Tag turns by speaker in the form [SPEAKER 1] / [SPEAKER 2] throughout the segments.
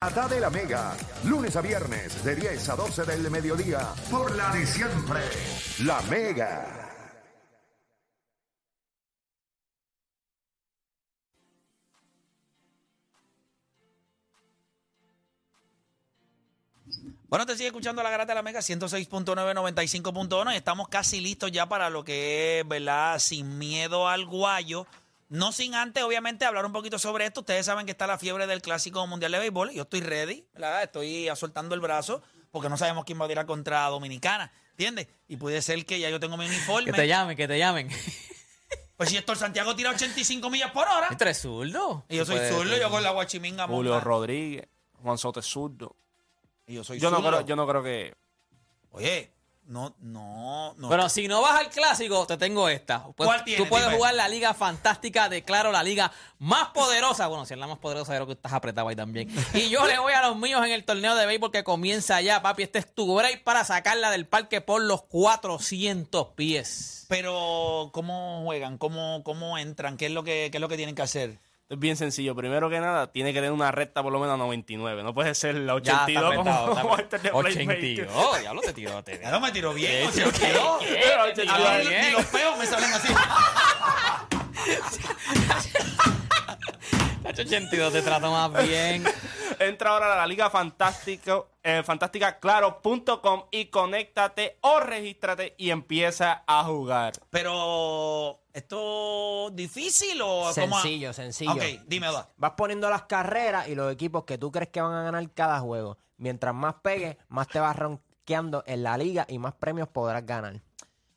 [SPEAKER 1] Ata de la Mega, lunes a viernes de 10 a 12 del mediodía, por la de siempre, la Mega.
[SPEAKER 2] Bueno, te sigue escuchando la garata de la Mega 106.995.1 y estamos casi listos ya para lo que es, ¿verdad? Sin miedo al guayo. No sin antes, obviamente, hablar un poquito sobre esto. Ustedes saben que está la fiebre del Clásico Mundial de Béisbol. Yo estoy ready, ¿verdad? Estoy soltando el brazo porque no sabemos quién va a tirar contra Dominicana, ¿entiendes? Y puede ser que ya yo tengo mi uniforme.
[SPEAKER 3] Que te llamen, que te llamen.
[SPEAKER 2] Pues si Héctor Santiago tira 85 millas por hora
[SPEAKER 3] Entre zurdo.
[SPEAKER 2] y yo soy
[SPEAKER 3] Este Puede-
[SPEAKER 2] zurdo, yo con la guachiminga
[SPEAKER 4] Julio
[SPEAKER 2] monta.
[SPEAKER 4] Rodríguez, Juan Soto es zurdo.
[SPEAKER 2] Y yo soy
[SPEAKER 4] Yo no,
[SPEAKER 2] zurdo.
[SPEAKER 4] creo, yo no creo que.
[SPEAKER 2] Oye, no, no, no.
[SPEAKER 3] Pero si no vas al clásico, te tengo esta. Pues,
[SPEAKER 2] ¿Cuál tienes?
[SPEAKER 3] Tú puedes
[SPEAKER 2] Dime.
[SPEAKER 3] jugar la liga fantástica, declaro la liga más poderosa. Bueno, si es la más poderosa, creo que estás apretado ahí también. Y yo le voy a los míos en el torneo de béisbol que comienza ya, papi. Este es tu break para sacarla del parque por los 400 pies.
[SPEAKER 2] Pero, ¿cómo juegan? ¿Cómo, cómo entran? ¿Qué es, lo que, ¿Qué es lo que tienen que hacer?
[SPEAKER 4] Es bien sencillo. Primero que nada, tiene que tener una recta por lo menos a 99. No puede ser la
[SPEAKER 3] Ya,
[SPEAKER 4] 82 como,
[SPEAKER 3] apretado,
[SPEAKER 4] como
[SPEAKER 3] apretado.
[SPEAKER 4] este de Playmaker.
[SPEAKER 3] 82, diablo, te tiró. Te
[SPEAKER 2] Ya no me tiró bien.
[SPEAKER 3] Sí,
[SPEAKER 2] o sea,
[SPEAKER 3] sí,
[SPEAKER 2] que-
[SPEAKER 3] sí.
[SPEAKER 4] Pero 82
[SPEAKER 2] A
[SPEAKER 3] tiró
[SPEAKER 2] mí
[SPEAKER 3] bien.
[SPEAKER 2] ni los peos me salen así.
[SPEAKER 3] Tacho, 82 te trato más bien.
[SPEAKER 4] Entra ahora a la liga fantástico, eh, fantásticaclaro.com y conéctate o regístrate y empieza a jugar.
[SPEAKER 2] Pero, ¿esto difícil o cómo?
[SPEAKER 5] Sencillo, sencillo.
[SPEAKER 2] Ok, dime, Eduardo.
[SPEAKER 5] Vas poniendo las carreras y los equipos que tú crees que van a ganar cada juego. Mientras más pegues, más te vas rankeando en la liga y más premios podrás ganar.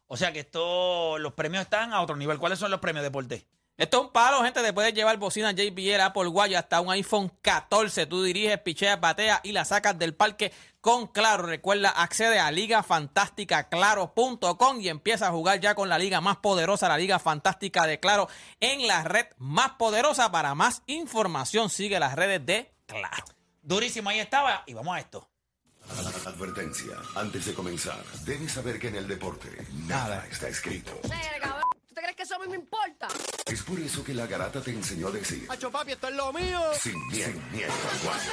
[SPEAKER 2] O sea que esto, los premios están a otro nivel. ¿Cuáles son los premios deporte?
[SPEAKER 3] Esto es un palo, gente. Te puedes llevar bocina JBL, Apple Watch, hasta un iPhone 14. Tú diriges, picheas, bateas y la sacas del parque con Claro. Recuerda, accede a ligafantásticaclaro.com y empieza a jugar ya con la liga más poderosa, la Liga Fantástica de Claro, en la red más poderosa. Para más información, sigue las redes de Claro.
[SPEAKER 2] Durísimo, ahí estaba. Y vamos a esto.
[SPEAKER 1] Advertencia, antes de comenzar, debes saber que en el deporte nada está escrito.
[SPEAKER 6] Verga, cabrón. ¿Tú te crees que eso a mí me importa?
[SPEAKER 1] Es por eso que la garata te enseñó a decir,
[SPEAKER 5] Hacho papi, esto es lo mío.
[SPEAKER 1] sin miedo, sin miedo al guayo.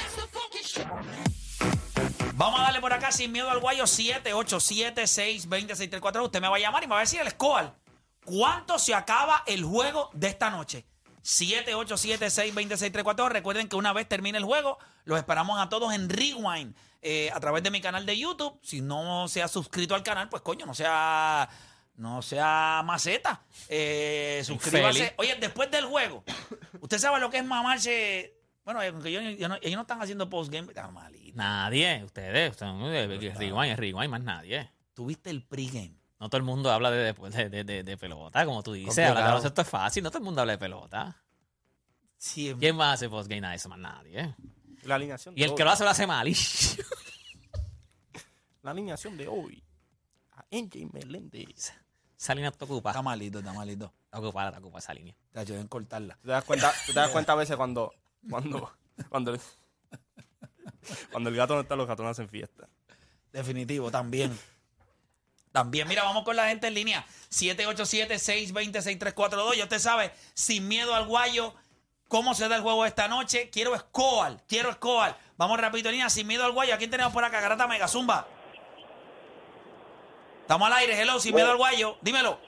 [SPEAKER 2] Vamos a darle por acá sin miedo al guayo 787-620-634. Usted me va a llamar y me va a decir el score. ¿Cuánto se acaba el juego de esta noche? 787-620-634. Recuerden que una vez termine el juego, los esperamos a todos en Rewind eh, a través de mi canal de YouTube. Si no se ha suscrito al canal, pues coño, no sea, no sea maceta. Eh,
[SPEAKER 3] Infeliz.
[SPEAKER 2] suscríbase. Oye, después del juego, usted sabe lo que es mamarse. Bueno, aunque yo- yo no- ellos no están haciendo postgame. Ah, Está malito.
[SPEAKER 3] Nadie, ustedes. Son, es Rewind, es Rewind, más nadie.
[SPEAKER 2] Tuviste el pregame.
[SPEAKER 3] No todo el mundo habla de, de, de- de- de pelota, como tú dices. Hablar de
[SPEAKER 5] Complicado.
[SPEAKER 3] baloncesto es fácil. No todo el mundo habla de pelota.
[SPEAKER 2] Siempre.
[SPEAKER 3] ¿Quién más hace postgame a eso? Más nadie. ¿eh?
[SPEAKER 4] La alineación
[SPEAKER 3] Y el
[SPEAKER 4] de
[SPEAKER 2] Oh.
[SPEAKER 3] que
[SPEAKER 4] hoy.
[SPEAKER 3] lo hace, lo hace malísimo.
[SPEAKER 4] La alineación de hoy. A NJ Meléndez.
[SPEAKER 3] Esa línea está ocupada.
[SPEAKER 2] Está malito, está malito.
[SPEAKER 3] Está ocupada, está ocupada esa línea.
[SPEAKER 2] Te ayudé en cortarla.
[SPEAKER 4] ¿Tú te das cuenta, tú te das cuenta a veces cuando, cuando, cuando, el, cuando el gato no está, los gatos no hacen fiesta.
[SPEAKER 2] Definitivo, también. También, mira, vamos con la gente en línea. 787-620-6342. Ya usted sabe, sin miedo al guayo, cómo se da el juego esta noche. Quiero Escobar, quiero Escobar. Vamos rapidito en línea, sin miedo al guayo. ¿A quién tenemos por acá? Garata Mega, Zumba. Estamos al aire, hello, sin miedo al guayo. Dímelo.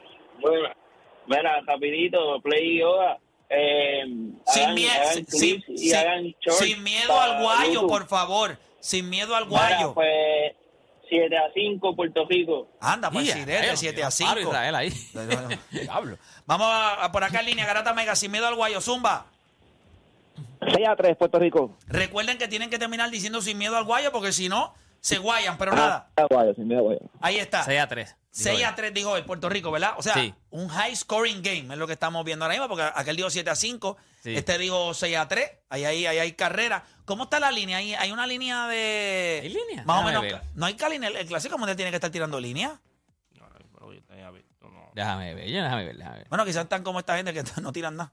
[SPEAKER 7] Bueno, mira, rapidito, Play Yoga. eh,
[SPEAKER 2] Sin,
[SPEAKER 7] hagan-
[SPEAKER 2] mie-
[SPEAKER 7] hagan
[SPEAKER 2] sin-
[SPEAKER 7] clips
[SPEAKER 2] sin-
[SPEAKER 7] y
[SPEAKER 2] sin-
[SPEAKER 7] hagan shorts
[SPEAKER 2] sin miedo
[SPEAKER 7] para
[SPEAKER 2] al guayo,
[SPEAKER 7] YouTube.
[SPEAKER 2] por favor. Sin miedo al
[SPEAKER 7] Mira,
[SPEAKER 2] guayo.
[SPEAKER 7] pues 7 a 5 Puerto Rico.
[SPEAKER 2] Anda, pues
[SPEAKER 3] Ya,
[SPEAKER 2] si
[SPEAKER 3] ya,
[SPEAKER 2] de
[SPEAKER 3] no,
[SPEAKER 2] 7
[SPEAKER 3] yo
[SPEAKER 2] a
[SPEAKER 3] no
[SPEAKER 2] 5.
[SPEAKER 3] paro, Israel, ahí.
[SPEAKER 2] Diablo. Vamos a, a por acá en línea, Garata Mega, sin miedo al guayo, Zumba.
[SPEAKER 7] 6 a 3 Puerto Rico.
[SPEAKER 2] Recuerden que tienen que terminar diciendo sin miedo al guayo, porque si no, se guayan, pero nada.
[SPEAKER 7] Ah, Guayo, sin miedo, guayo.
[SPEAKER 2] Ahí está.
[SPEAKER 3] 6 a 3.
[SPEAKER 2] 6 a 3 dijo el Puerto Rico, ¿verdad? O sea,
[SPEAKER 3] Sí.
[SPEAKER 2] un high scoring game es lo que estamos viendo ahora mismo, porque aquel dijo 7 a 5,
[SPEAKER 3] Sí.
[SPEAKER 2] este dijo 6 a 3, ahí, ahí, ahí hay carrera. ¿Cómo está la línea? Ahí hay una línea de...
[SPEAKER 3] ¿Hay línea?
[SPEAKER 2] Más o
[SPEAKER 3] Déjame
[SPEAKER 2] menos.
[SPEAKER 3] ver.
[SPEAKER 2] No hay calina, el, el clásico mundial tiene que estar tirando línea.
[SPEAKER 3] Déjame ver, yo déjame ver, déjame ver.
[SPEAKER 2] Bueno, quizás están como esta gente que no tiran nada.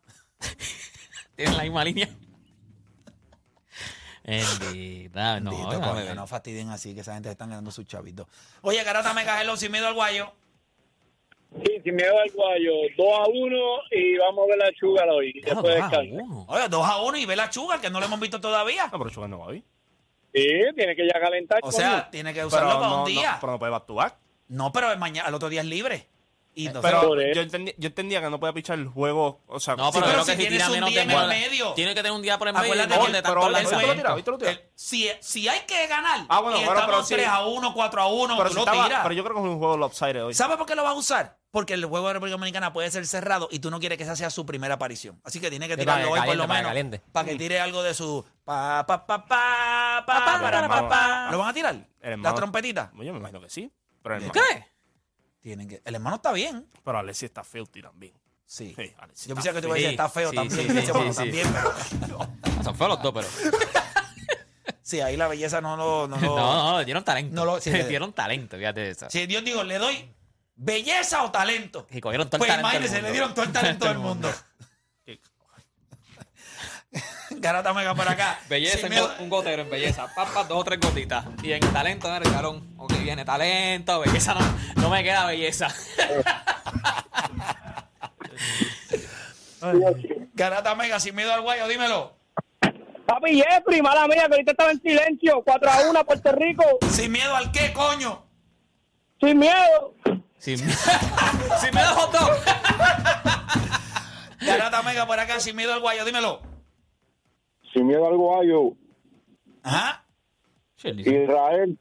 [SPEAKER 3] Tienen la misma línea. Bendita, no,
[SPEAKER 2] Bendito,
[SPEAKER 3] déjame
[SPEAKER 2] coño,
[SPEAKER 3] ver.
[SPEAKER 2] no fastidien así, que esa gente están ganando sus chavitos. Oye, Garata Mega Hello, sin miedo al guayo.
[SPEAKER 7] Sí, sin miedo al guayo. 2 a 1 y vamos a ver la chuga hoy.
[SPEAKER 3] Claro,
[SPEAKER 7] Después
[SPEAKER 3] ah,
[SPEAKER 7] descansa.
[SPEAKER 3] uno.
[SPEAKER 2] Oye, 2 a 1 y ve la chuga, que no lo hemos visto todavía.
[SPEAKER 4] No, pero Sugar no va a ir.
[SPEAKER 7] Sí, tiene que ya calentar.
[SPEAKER 2] O sea,
[SPEAKER 7] coño.
[SPEAKER 2] tiene que
[SPEAKER 4] Pero
[SPEAKER 2] usarlo para
[SPEAKER 4] no,
[SPEAKER 2] un día.
[SPEAKER 4] no, pero no puede actuar.
[SPEAKER 2] No, pero el mañana, el otro día es libre. Y entonces-
[SPEAKER 4] Eh, Pero
[SPEAKER 7] por eso.
[SPEAKER 4] yo entendía, yo entendía que no podía pichar el juego. O sea,
[SPEAKER 3] No,
[SPEAKER 2] Sí,
[SPEAKER 3] pero,
[SPEAKER 2] pero
[SPEAKER 3] creo
[SPEAKER 2] si
[SPEAKER 3] que si
[SPEAKER 2] tienes
[SPEAKER 3] tira
[SPEAKER 2] un
[SPEAKER 3] menos
[SPEAKER 2] día
[SPEAKER 3] de
[SPEAKER 2] en el
[SPEAKER 3] nueve-
[SPEAKER 2] medio.
[SPEAKER 3] Tiene que tener un día por el medio.
[SPEAKER 2] Acuérdate
[SPEAKER 3] y
[SPEAKER 2] que
[SPEAKER 3] no de
[SPEAKER 2] el-
[SPEAKER 3] tanto
[SPEAKER 4] pero-
[SPEAKER 3] lanzamiento.
[SPEAKER 4] ¿viste lo tirado? ¿viste lo tirado?
[SPEAKER 2] el- si, si hay que ganar,
[SPEAKER 4] Ah, bueno,
[SPEAKER 2] y
[SPEAKER 4] bueno,
[SPEAKER 2] estamos
[SPEAKER 4] pero sí.
[SPEAKER 2] 3 a 1, 4 a 1,
[SPEAKER 4] pero,
[SPEAKER 2] tú
[SPEAKER 4] si
[SPEAKER 2] lo
[SPEAKER 4] estaba-
[SPEAKER 2] tiras.
[SPEAKER 4] pero yo creo que es un juego lopsided hoy.
[SPEAKER 2] ¿Sabes por qué lo vas a usar? Porque el juego de República Dominicana puede ser cerrado y tú no quieres que esa sea su primera aparición. Así que tiene que
[SPEAKER 5] Sí,
[SPEAKER 2] tirarlo hoy
[SPEAKER 5] para
[SPEAKER 2] por
[SPEAKER 5] que
[SPEAKER 2] lo
[SPEAKER 5] caliente, para que
[SPEAKER 2] menos.
[SPEAKER 5] caliente.
[SPEAKER 2] Para que tire algo de su. Pa, pa, pa, pa, pa,
[SPEAKER 3] pa,
[SPEAKER 2] para, pa,
[SPEAKER 4] Mm. pa, pa,
[SPEAKER 2] pa.
[SPEAKER 4] pa.
[SPEAKER 2] ¿Lo van a tirar?
[SPEAKER 4] El
[SPEAKER 2] La
[SPEAKER 4] hermano-
[SPEAKER 2] trompetita.
[SPEAKER 4] Yo me imagino que sí. Pero, el
[SPEAKER 2] ¿Qué?
[SPEAKER 4] hermano-
[SPEAKER 3] ¿Qué?
[SPEAKER 2] Tienen que. El hermano está bien.
[SPEAKER 4] pero Alessi está filthy también.
[SPEAKER 2] Sí.
[SPEAKER 4] Sí, Alexis,
[SPEAKER 2] Yo
[SPEAKER 4] está
[SPEAKER 2] pensaba que te iba a decir,
[SPEAKER 3] feo.
[SPEAKER 2] está feo
[SPEAKER 3] Sí,
[SPEAKER 2] también.
[SPEAKER 3] sí, sí,
[SPEAKER 2] Ese bueno,
[SPEAKER 3] sí, sí.
[SPEAKER 2] también, pero-
[SPEAKER 3] Ah, Son feos los dos, pero.
[SPEAKER 2] Sí, ahí la belleza no lo. No, lo-
[SPEAKER 3] No, no, le dieron talento.
[SPEAKER 2] No lo- sí,
[SPEAKER 3] le
[SPEAKER 2] sí.
[SPEAKER 3] dieron talento, fíjate de eso.
[SPEAKER 2] Si Dios dijo, le doy belleza o talento.
[SPEAKER 3] Y cogieron todo
[SPEAKER 2] Pues
[SPEAKER 3] el talento. del
[SPEAKER 2] imagínense,
[SPEAKER 3] mundo.
[SPEAKER 2] le dieron todo el talento del mundo. Garata Mega para acá.
[SPEAKER 3] Belleza,
[SPEAKER 2] Sin
[SPEAKER 3] un go-
[SPEAKER 2] miedo-
[SPEAKER 3] un gotero en belleza. Papas, dos o tres gotitas. Y en talento, en el salón. Ok, viene talento, belleza. No, no me queda belleza.
[SPEAKER 2] Garata Mega, sin miedo al guayo, dímelo.
[SPEAKER 7] Papi Jeffrey, mala mía, que ahorita estaba en silencio. 4 a 1 Puerto Rico.
[SPEAKER 2] Sin miedo al qué, coño.
[SPEAKER 7] Sin miedo.
[SPEAKER 3] Si, si me dejo todo.
[SPEAKER 2] Garata Mega por acá, sin miedo al guayo, dímelo.
[SPEAKER 7] Sin miedo al guayo.
[SPEAKER 2] Ajá.
[SPEAKER 7] Israel,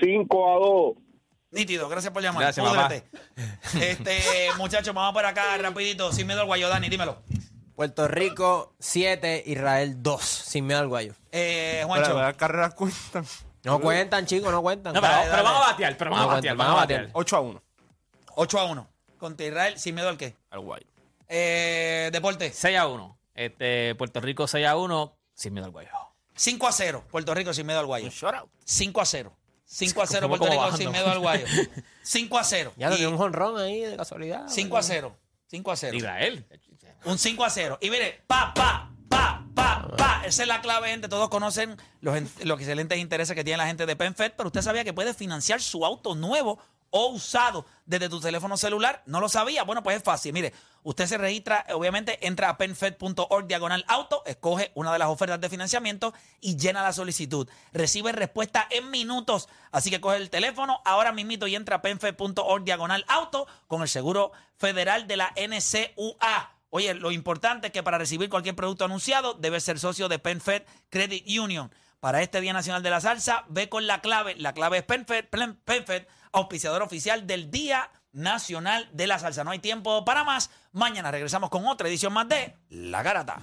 [SPEAKER 7] 5 a 2.
[SPEAKER 2] Nítido, gracias por llamar.
[SPEAKER 3] Gracias, mamá.
[SPEAKER 2] Púdrete. Este, muchachos, vamos por acá rapidito. Sin miedo al guayo, Dani, dímelo.
[SPEAKER 5] Puerto Rico 7, Israel 2. Sin miedo al guayo.
[SPEAKER 2] Eh,
[SPEAKER 4] Pero
[SPEAKER 2] Juancho.
[SPEAKER 4] las carreras cuentan
[SPEAKER 5] No cuentan, chicos, no cuentan.
[SPEAKER 3] No, pero,
[SPEAKER 2] Dale, dale.
[SPEAKER 3] pero vamos a batear, pero vamos a
[SPEAKER 5] No,
[SPEAKER 3] batear,
[SPEAKER 5] cuenta,
[SPEAKER 3] vamos a
[SPEAKER 5] vamos a
[SPEAKER 3] batear.
[SPEAKER 4] 8 a 1
[SPEAKER 2] 8 a 1. Contra Israel, sin miedo al qué.
[SPEAKER 4] al guay.
[SPEAKER 2] Eh, deporte.
[SPEAKER 3] 6 a 1. Este, Puerto Rico 6 a 1. Sin miedo al guayo.
[SPEAKER 2] 5 a 0. Puerto Rico sin miedo al guayo.
[SPEAKER 4] shutout.
[SPEAKER 2] 5 a 0. 5 a 0
[SPEAKER 3] Como-
[SPEAKER 2] Puerto
[SPEAKER 3] como
[SPEAKER 2] Rico
[SPEAKER 3] bajando.
[SPEAKER 2] sin miedo al guayo. 5 a 0.
[SPEAKER 5] Ya tenía un jonrón ahí de casualidad.
[SPEAKER 2] 5 a 0. 5 a 0.
[SPEAKER 3] Israel.
[SPEAKER 2] Un 5 a 0. Y mire, pa, pa, pa, pa, pa. Esa es la clave, gente. Todos conocen los, en- los excelentes intereses que tiene la gente de PenFed, pero usted sabía que puede financiar su auto nuevo o usado desde tu teléfono celular. ¿No lo sabía? Bueno, pues es fácil. Mire, usted se registra, obviamente, entra a penfed.org diagonal auto, escoge una de las ofertas de financiamiento y llena la solicitud. Recibe respuesta en minutos. Así que coge el teléfono ahora mismito y entra a penfed.org diagonal auto con el seguro federal de la NCUA. Oye, lo importante es que para recibir cualquier producto anunciado debe ser socio de PenFed Credit Union. Para este Día Nacional de la Salsa, ve con la clave. La clave es PenFed, Plen- PenFed auspiciador oficial del Día Nacional de la Salsa. No hay tiempo para más. Mañana regresamos con otra edición más de La Garata.